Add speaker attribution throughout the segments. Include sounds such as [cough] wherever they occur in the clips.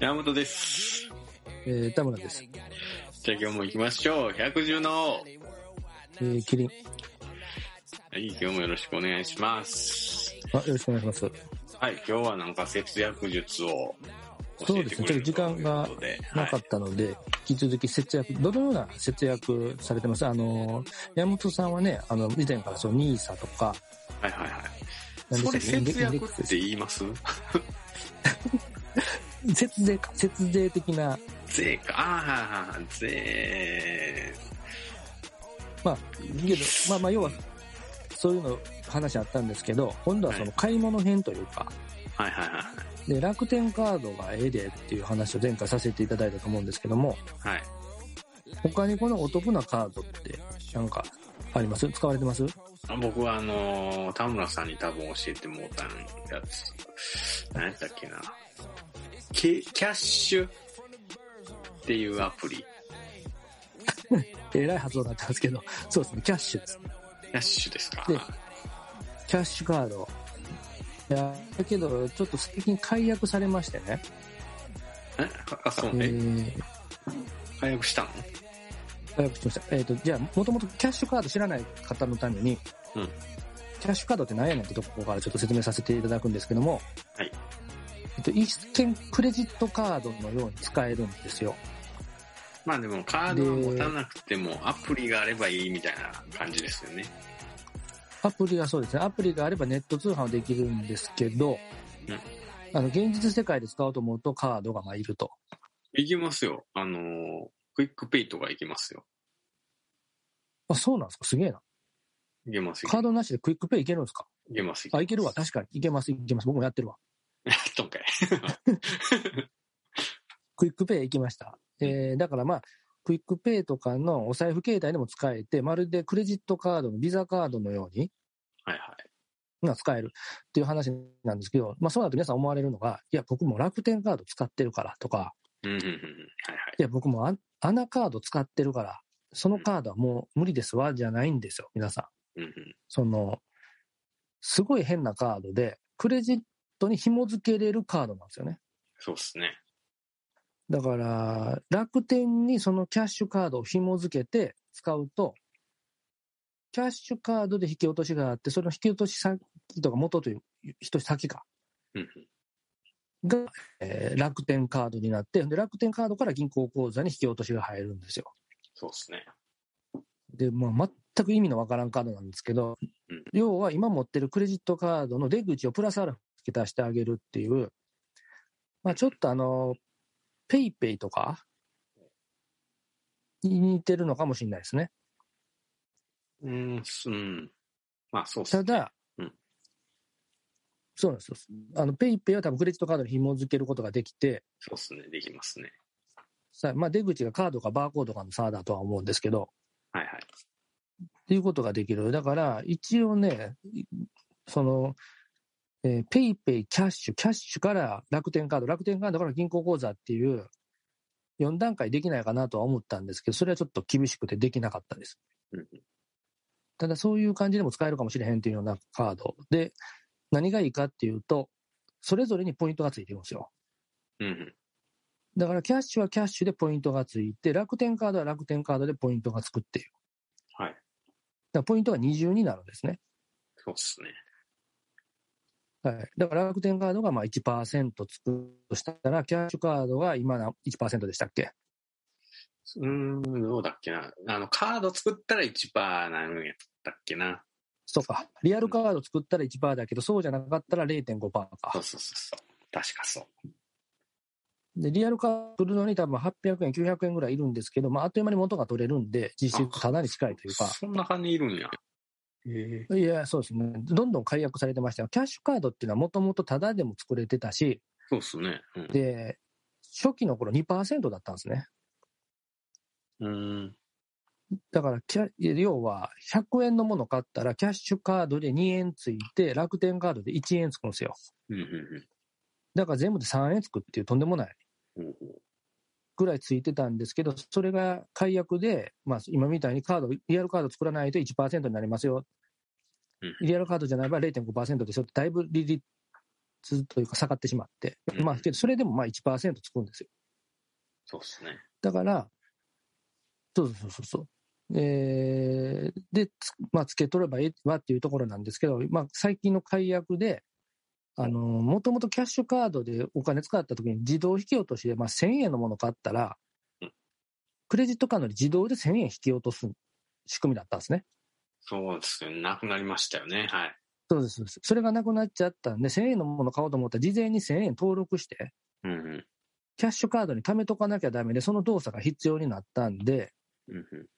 Speaker 1: 山本です。
Speaker 2: えー、田村です。
Speaker 1: じゃあ今日も行きましょう。110の。は
Speaker 2: えー、キリン。
Speaker 1: い、今日もよろしくお願いします。
Speaker 2: あ、よろしくお願いします。
Speaker 1: はい、今日はなんか節約術を教えてくれる
Speaker 2: そうですねちょっと時間が
Speaker 1: ということで
Speaker 2: なかったので、引き続き節約、どのような節約されてますあのー、山本さんはね、あの、以前からそのニーサとか、
Speaker 1: はい、はいはいはい。
Speaker 2: なん
Speaker 1: それ
Speaker 2: でしたっけ
Speaker 1: 節約
Speaker 2: インデ
Speaker 1: っ
Speaker 2: ック
Speaker 1: て言います
Speaker 2: ス節税か、節税的な、
Speaker 1: 税か。ああ、税。
Speaker 2: まあ、いいけど、まあまあ、要は、そういうの話あったんですけど、今度はその買い物編というか、
Speaker 1: はいはいはい。
Speaker 2: で、楽天カードがええでっていう話を前回させていただいたと思うんですけども、
Speaker 1: はい。
Speaker 2: 他にこのお得なカードって、なんか、あります使われてます
Speaker 1: あ僕はあのー田村さんに多分教えてもうたんやつ。何やったっけな。キキャッシュっていうアプリ。
Speaker 2: えらい発音だったんですけど、そうですね、キャッシュです。
Speaker 1: キャッシュですか
Speaker 2: でキャッシュカード。いや、だけど、ちょっと最近解約されましてね。
Speaker 1: えあ、そう
Speaker 2: え
Speaker 1: ね。
Speaker 2: ー、
Speaker 1: 解約したの
Speaker 2: 解約しました。えっ、と、じゃあ、もともとキャッシュカード知らない方のために、
Speaker 1: うん
Speaker 2: キャッシュカードって何やねんってとこからちょっと説明させていただくんですけども、
Speaker 1: はい。
Speaker 2: えっと、一見クレジットカードのように使えるんですよ。
Speaker 1: まあでもカードは持たなくてもアプリがあればいいみたいな感じですよね。
Speaker 2: アプリがそうですね。アプリがあればネット通販はできるんですけど、
Speaker 1: うん
Speaker 2: あの、現実世界で使おうと思うとカードがまあいると。
Speaker 1: いきますよ。あのークイックペイとかいきますよ。
Speaker 2: あ、そうなんですかすげえな。
Speaker 1: いけますいけ
Speaker 2: カー
Speaker 1: ます
Speaker 2: ドなしでクイックペイいけるんですか
Speaker 1: いけます。
Speaker 2: あ、いけるわ。確かに。いけます、いけます。僕もやってるわ。
Speaker 1: やっとんかい。
Speaker 2: クイックペイいきました。えー、だからまあ、クイックペイとかのお財布携帯でも使えて、まるでクレジットカードのビザカードのように、
Speaker 1: はいは
Speaker 2: が使えるっていう話なんですけど、まあそうなると皆さん思われるのが、いや、僕も楽天カード使ってるからとか、
Speaker 1: い。うんうんうんうん。はいはい。
Speaker 2: いや、僕もアアナカード使ってるから、そのカードはもう無理ですわ、じゃないんですよ、皆さん。
Speaker 1: うんうん。
Speaker 2: その、すごい変なカードで、クレジットに紐付けれるカードなんですよね。
Speaker 1: そうっすね。
Speaker 2: だから、楽天にそのキャッシュカードを紐付けて使うと、キャッシュカードで引き落としがあって、その引き落とし先とか元という人先か、
Speaker 1: うんうん。
Speaker 2: が、えー楽天カードになってで、楽天カードから銀行口座に引き落としが入るんですよ。
Speaker 1: そうっすね。
Speaker 2: で、まあ、全く意味のわからんカードなんですけど、
Speaker 1: うん
Speaker 2: 要は今持ってるクレジットカードの出口をプラスアルファ付け足してあげるっていう、まあ、ちょっとあの、ペイペイとかに似てるのかもしれないですね。
Speaker 1: うーん、すうん。まあそうっす
Speaker 2: た
Speaker 1: ね。
Speaker 2: だ、
Speaker 1: うん
Speaker 2: そうなんですよ。あの、ペイペイは多分クレジットカードに紐付けることができて、
Speaker 1: そうっすね。できますね。
Speaker 2: さまあ、出口がカードかバーコードかの差だとは思うんですけど、
Speaker 1: はいはい。
Speaker 2: っていうことができる。だから、一応ね、いその、えー、ペイペイ、キャッシュ、キャッシュから楽天カード、楽天カードから銀行口座っていう、4段階できないかなとは思ったんですけど、それはちょっと厳しくてできなかったです。
Speaker 1: うんうん
Speaker 2: ただ、そういう感じでも使えるかもしれへんっていうようなカード。で、何がいいかっていうと、それぞれにポイントがついてるんですよ。
Speaker 1: うんうん。
Speaker 2: だから、キャッシュはキャッシュでポイントがついて、楽天カードは楽天カードでポイントがつくっていう。
Speaker 1: はい。
Speaker 2: だから、ポイントが二重になるんですね。
Speaker 1: そうっすね。
Speaker 2: はい、だから楽天カードがまあ1%つくとしたら、キャッシュカードが今な1%でしたっけ
Speaker 1: うーん、どうだっけな。あの、カード作ったら1%なんやったっけな。
Speaker 2: そうか。リアルカード作ったら1%だけど、そうじゃなかったら0.5%か。
Speaker 1: そうそうそうそう。確かそう。
Speaker 2: で、リアルカード作るのに多分800円、900円ぐらいいるんですけど、まあ、あっという間に元が取れるんで、実質かなり近いというか。
Speaker 1: そんな感じいるんや。え
Speaker 2: いや、そうですね。どんどん解約されてましたよ。キャッシュカードっていうのはもともとタダでも作れてたし、
Speaker 1: そうっすね。うん。
Speaker 2: で、初期の頃2%だったんですね。
Speaker 1: うーん。
Speaker 2: だからキャ、要は、100円のもの買ったら、キャッシュカードで2円ついて、楽天カードで1円つくんですよ。
Speaker 1: うんうん
Speaker 2: だから全部で3円つくっていうとんでもない
Speaker 1: うん。ほうほ
Speaker 2: ぐらいついてたんですけど、それが解約で、まあ、今みたいにカード、リアルカード作らないと1%になりますよ。
Speaker 1: うん
Speaker 2: リアルカードじゃない場合0.5%ですよって、だいぶ利率ずっというか下がってしまって、
Speaker 1: うん
Speaker 2: まあ、けどそれでもまあ1%つくんですよ。
Speaker 1: そうっすね。
Speaker 2: だから、そうそうそうそう。えーで、つまあ、つけとればええわっていうところなんですけど、まあ、最近の解約で、あの、もともとキャッシュカードでお金使った時に自動引き落としで、まあ、1000円のもの買ったら
Speaker 1: うん、
Speaker 2: クレジットカードに自動で1000円引き落とす仕組みだったんですね。
Speaker 1: そうですよね。なくなりましたよね。はい。
Speaker 2: そうです。そうですそれがなくなっちゃったんで、1000円のもの買おうと思ったら、事前に1000円登録して、
Speaker 1: うんうん。
Speaker 2: キャッシュカードに貯めとかなきゃダメで、その動作が必要になったんで、
Speaker 1: うんう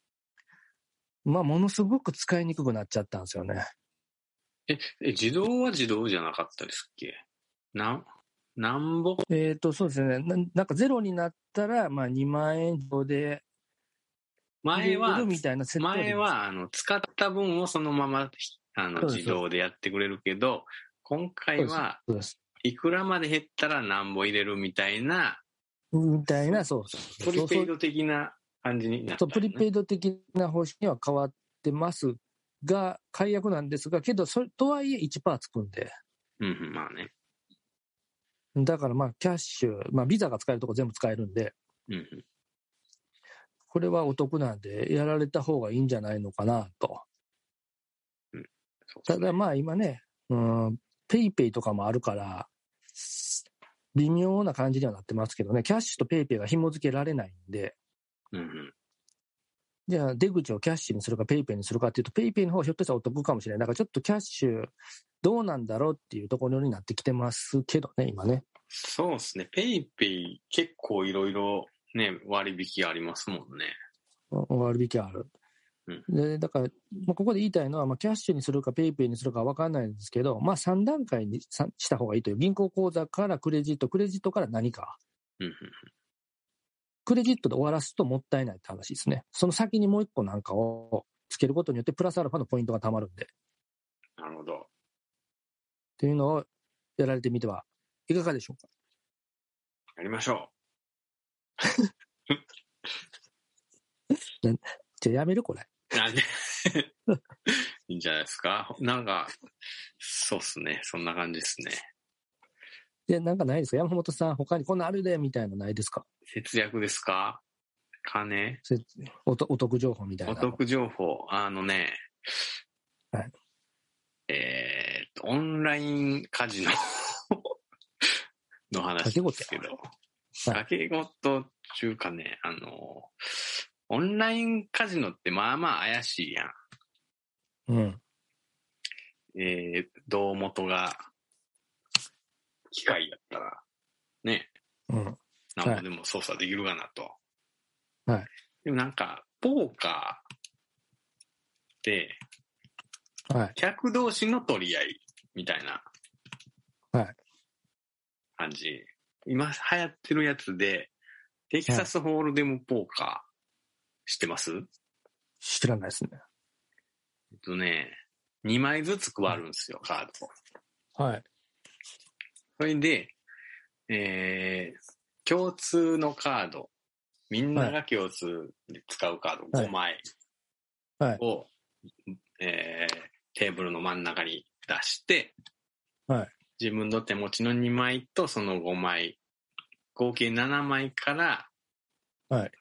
Speaker 1: ん、
Speaker 2: まあ、ものすごく使いにくくなっちゃったんですよね。
Speaker 1: え、自動は自動じゃなかったですっけなん、なんぼ
Speaker 2: えっ、と、そうですね。ななんかゼロになったら、まあ、2万円以上で
Speaker 1: 前
Speaker 2: 入
Speaker 1: は
Speaker 2: れる、みたいな設定
Speaker 1: 前は、あの、使った分をそのまま、あ
Speaker 2: そ
Speaker 1: の、
Speaker 2: うです
Speaker 1: 自動でやってくれるけど、今回は、
Speaker 2: そうです。
Speaker 1: いくらまで減ったらなんぼ入れるみたいな、
Speaker 2: みたいな、そうそう
Speaker 1: プ
Speaker 2: そ
Speaker 1: リ
Speaker 2: う
Speaker 1: ペ
Speaker 2: そ
Speaker 1: イ
Speaker 2: う
Speaker 1: ド的な感じになった
Speaker 2: そう
Speaker 1: よね、
Speaker 2: プリペイド的な方式には変わってますが、解約なんですが、けど、それとはいえ1%つくんで。
Speaker 1: うんうん、まあね。
Speaker 2: だから、まあ、キャッシュ、まあ、ビザが使えるとこ全部使えるんで、
Speaker 1: うんうん。
Speaker 2: これはお得なんで、やられた方がいいんじゃないのかなと。
Speaker 1: そう
Speaker 2: ただまあ今ね、うん、ペイペイとかもあるから、微妙な感じにはなってますけどね、キャッシュとペイペイが紐付けられないんで、
Speaker 1: うんうん。
Speaker 2: じゃあ出口をキャッシュにするかペイペイにするかっていうと、ペイペイの方がひょっとしたらお得かもしれない。だからちょっとキャッシュどうなんだろうっていうところになってきてますけどね、今ね。
Speaker 1: そうですね。ペイペイ結構いろいろね、割引ありますもんね。
Speaker 2: 割引ある。でだから、まあ、ここで言いたいのは、まあ、キャッシュにするか、ペイペイにするか分かんないんですけど、まあ、3段階にさした方がいいという、銀行口座からクレジット、クレジットから何か、
Speaker 1: うんうん。
Speaker 2: クレジットで終わらすともったいないって話ですね。その先にもう一個なんかをつけることによって、プラスアルファのポイントが貯まるんで、っ
Speaker 1: なるほど。
Speaker 2: ていうのをやられてみてはいかがでしょうか。
Speaker 1: やりましょ
Speaker 2: じゃあやめるこれ。
Speaker 1: う。 [laughs] なんでいいんじゃないですか。なんか、そうっすね。そんな感じですね。
Speaker 2: で、なんかないですか山本さん、他にこんなんあるで、みたいなのないですか
Speaker 1: 節約ですか金
Speaker 2: せおとお得情報みたいな。
Speaker 1: お得情報。あのね。
Speaker 2: はい
Speaker 1: えーっと、オンラインカジノの話ですけど。
Speaker 2: は
Speaker 1: 掛け事っていうかね、あの、オンラインカジノってまあまあ怪しいやん。
Speaker 2: うん。
Speaker 1: えー、胴元が、機械やったら、ね、
Speaker 2: うん。
Speaker 1: なんぼでも操作できるかなと。
Speaker 2: はい。
Speaker 1: でもなんか、ポーカーって、
Speaker 2: はい。
Speaker 1: 客同士の取り合いみたいな
Speaker 2: はい
Speaker 1: 感じ、今流行ってるやつでテキサスホールデムポーカー、知ってます
Speaker 2: 知らないですね。
Speaker 1: えっとね2枚ずつ配るんですよ、カードを
Speaker 2: はい。
Speaker 1: それでえー、共通のカードみんなが共通で使うカード
Speaker 2: はい
Speaker 1: 5枚
Speaker 2: はい
Speaker 1: を、えーテーブルの真ん中に出して、
Speaker 2: はい
Speaker 1: 自分の手持ちの2枚とその5枚合計7枚から、
Speaker 2: はい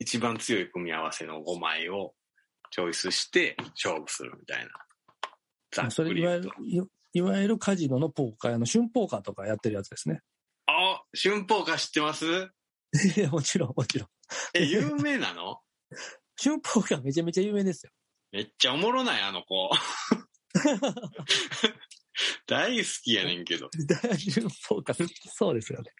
Speaker 1: 一番強い組み合わせの5枚をチョイスして勝負するみたいなざっ
Speaker 2: そ
Speaker 1: く
Speaker 2: れ
Speaker 1: り
Speaker 2: いわ
Speaker 1: 言
Speaker 2: ゆ
Speaker 1: うと
Speaker 2: る、いいわゆるカジノのポーカー、あの、旬ポーカーとかやってるやつですね。 [laughs]
Speaker 1: あ春ポーカー知ってます
Speaker 2: もちろん、もちろん。
Speaker 1: え有名なの
Speaker 2: 旬ポーカーめちゃめちゃ有名ですよ。
Speaker 1: めっちゃおもろないあの
Speaker 2: [laughs]
Speaker 1: 子大好きやねんけど
Speaker 2: 旬ポーカー、そうですよね。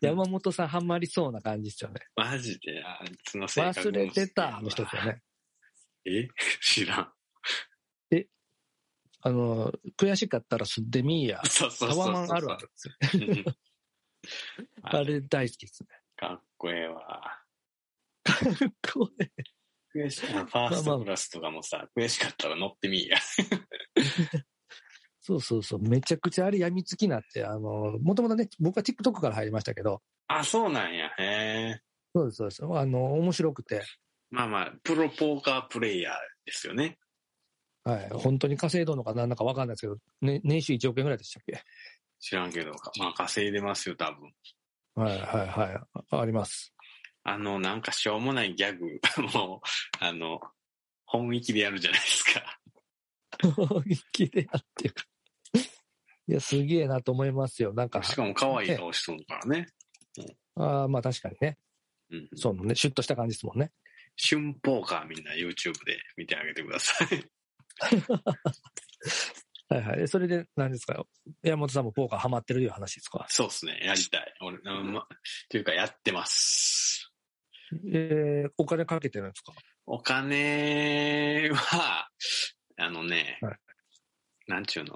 Speaker 2: 山本さんハマりそうな感じですよね。
Speaker 1: マジであいつの性格
Speaker 2: 忘れてた、あの
Speaker 1: の
Speaker 2: 人ですよね。
Speaker 1: え知らん。
Speaker 2: あの、悔しかったらすってみーや。
Speaker 1: そうそ
Speaker 2: タ
Speaker 1: うそうそう。
Speaker 2: ワマンあるあるですよ。
Speaker 1: うん
Speaker 2: あれ大好きですね。
Speaker 1: かっこええわ。
Speaker 2: これ
Speaker 1: 悔しかファーストクラスとかもさ、悔しかったら乗ってみいや。
Speaker 2: そうそうそう。めちゃくちゃあれ病みつきになって、あの、もともとね、僕は TikTok から入りましたけど、
Speaker 1: あ、そうなんや。へえ。
Speaker 2: そうです、そうです。あの、面白くて、
Speaker 1: まあまあ、プロポーカープレイヤーですよね。
Speaker 2: はい、本当に稼いどんのかなんだかわかんないですけど、ね、年収1億円ぐらいでしたっけ
Speaker 1: 知らんけど、まあ稼いでますよ、多分。
Speaker 2: はいはいはい。ああ
Speaker 1: [laughs]
Speaker 2: ります。
Speaker 1: あの、なんかしょうもないギャグ、 [laughs] もう、あの、本域でやるじゃないですか。
Speaker 2: 綺麗やっていうか。いや、すげえなと思いますよ。なんか、
Speaker 1: しかも可愛い顔しとるからね。
Speaker 2: ああまあ確かにね。
Speaker 1: うん。
Speaker 2: そうね。シュッとした感じですもんね。
Speaker 1: 春ポーカーみんな YouTube で見てあげてください。
Speaker 2: はいはい。えそれで何ですか山本さんもポーカーハマってるいう話ですか
Speaker 1: そうっすね。やりたい。俺、うんま、というかやってます。
Speaker 2: えー、お金かけてるんですか
Speaker 1: お金は、あのね、
Speaker 2: はい
Speaker 1: なんちゅうの、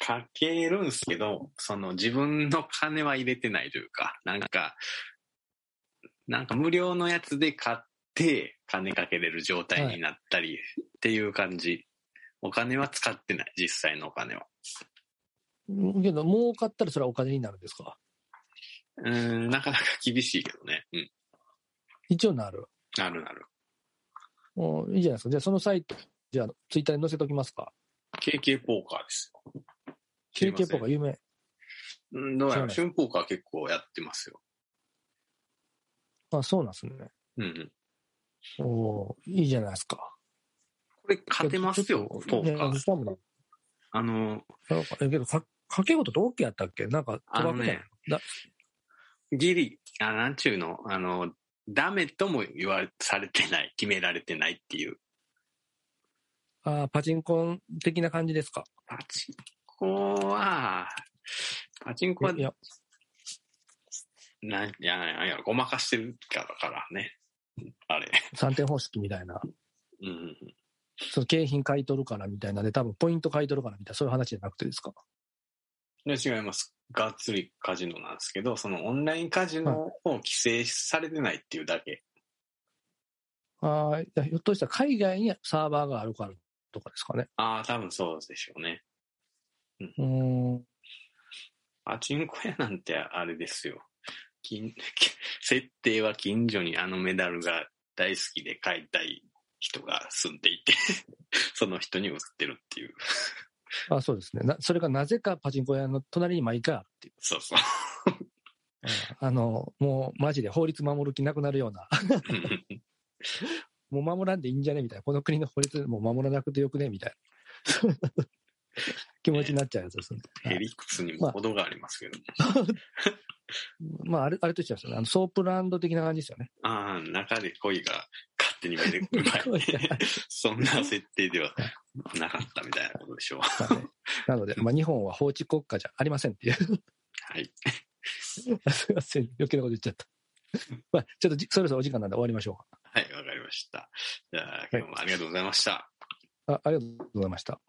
Speaker 1: かけるんすけど、その自分の金は入れてないというか、なんか、なんか無料のやつで買って金かけれる状態になったりっていう感じ。お金は使ってない、実際のお金は。
Speaker 2: うんけど、儲かったらそれはお金になるんですか
Speaker 1: うーん、なかなか厳しいけどね。うん、
Speaker 2: 一応なる。
Speaker 1: なるなる。
Speaker 2: おいいじゃないですか。じゃあそのサイト、じゃあツイッターに載せときますか。
Speaker 1: KK ポーカーですよ。知りません
Speaker 2: KK ポーカー有名。
Speaker 1: うん、どうやら
Speaker 2: 知ら
Speaker 1: 春ポーカー結構やってますよ。
Speaker 2: あ、そうなんですね。
Speaker 1: うんうん。
Speaker 2: おーいいじゃないですか。
Speaker 1: これ勝てますよ、
Speaker 2: いやち
Speaker 1: ポ
Speaker 2: ょ
Speaker 1: ー
Speaker 2: っと
Speaker 1: カ
Speaker 2: いや
Speaker 1: ー。
Speaker 2: そうなんだ
Speaker 1: あの、
Speaker 2: なんかえけどか、賭け事って OK やったっけなんか、
Speaker 1: あのね
Speaker 2: 賭博じゃないだ、
Speaker 1: ギリ、あなんちゅうの、あの、ダメとも言われ、されてない、決められてないっていう。
Speaker 2: あーパチンコ的な感じですか、
Speaker 1: パチンコは、パチンコはい
Speaker 2: や、
Speaker 1: なん、いや、なんや、ごまかしてるからからね。あれ。
Speaker 2: 3点方式みたいな。
Speaker 1: うん。
Speaker 2: その景品買い取るからみたいなで、多分ポイント買い取るからみたいな、そういう話じゃなくてですか
Speaker 1: で違います。がっつりカジノなんですけど、そのオンラインカジノを規制されてないっていうだけ。
Speaker 2: あーいやひょっとしたら海外にサーバーがあるからとかですかね。
Speaker 1: ああ、多分そうでしょうね。
Speaker 2: うーん。
Speaker 1: パチンコ屋なんてあれですよ。近 [laughs] 設定は近所にあのメダルが大好きで買いたい人が住んでいて、 [laughs] その人に売ってるっていう。
Speaker 2: あそうですねな。それがなぜかパチンコ屋の隣に毎回あるっていう。
Speaker 1: そうそう。
Speaker 2: [laughs] あの、もうマジで法律守る気なくなるような、 [laughs] もう守らんでいいんじゃねみたいな、この国の法律もう守らなくてよくねみたいな [laughs] 気持ちになっちゃうやつですね。
Speaker 1: ヘリクスにも程がありますけど。
Speaker 2: まあ、あれ、あれとしてはですね、あのソープランド的な感じですよね。
Speaker 1: ああ、中で恋が勝手に出てくる
Speaker 2: 恋が。
Speaker 1: [laughs] そんな設定ではなかったみたいなことでしょう。
Speaker 2: まあねなので、まあ、日本は法治国家じゃありませんっていう。
Speaker 1: はい。
Speaker 2: すいません、余計なこと言っちゃった。まあ、ちょっとじそろそろお時間なんで終わりましょ
Speaker 1: はい、わかりました。じゃあ、今日もありがとうございました。
Speaker 2: うか。あありがとうございました。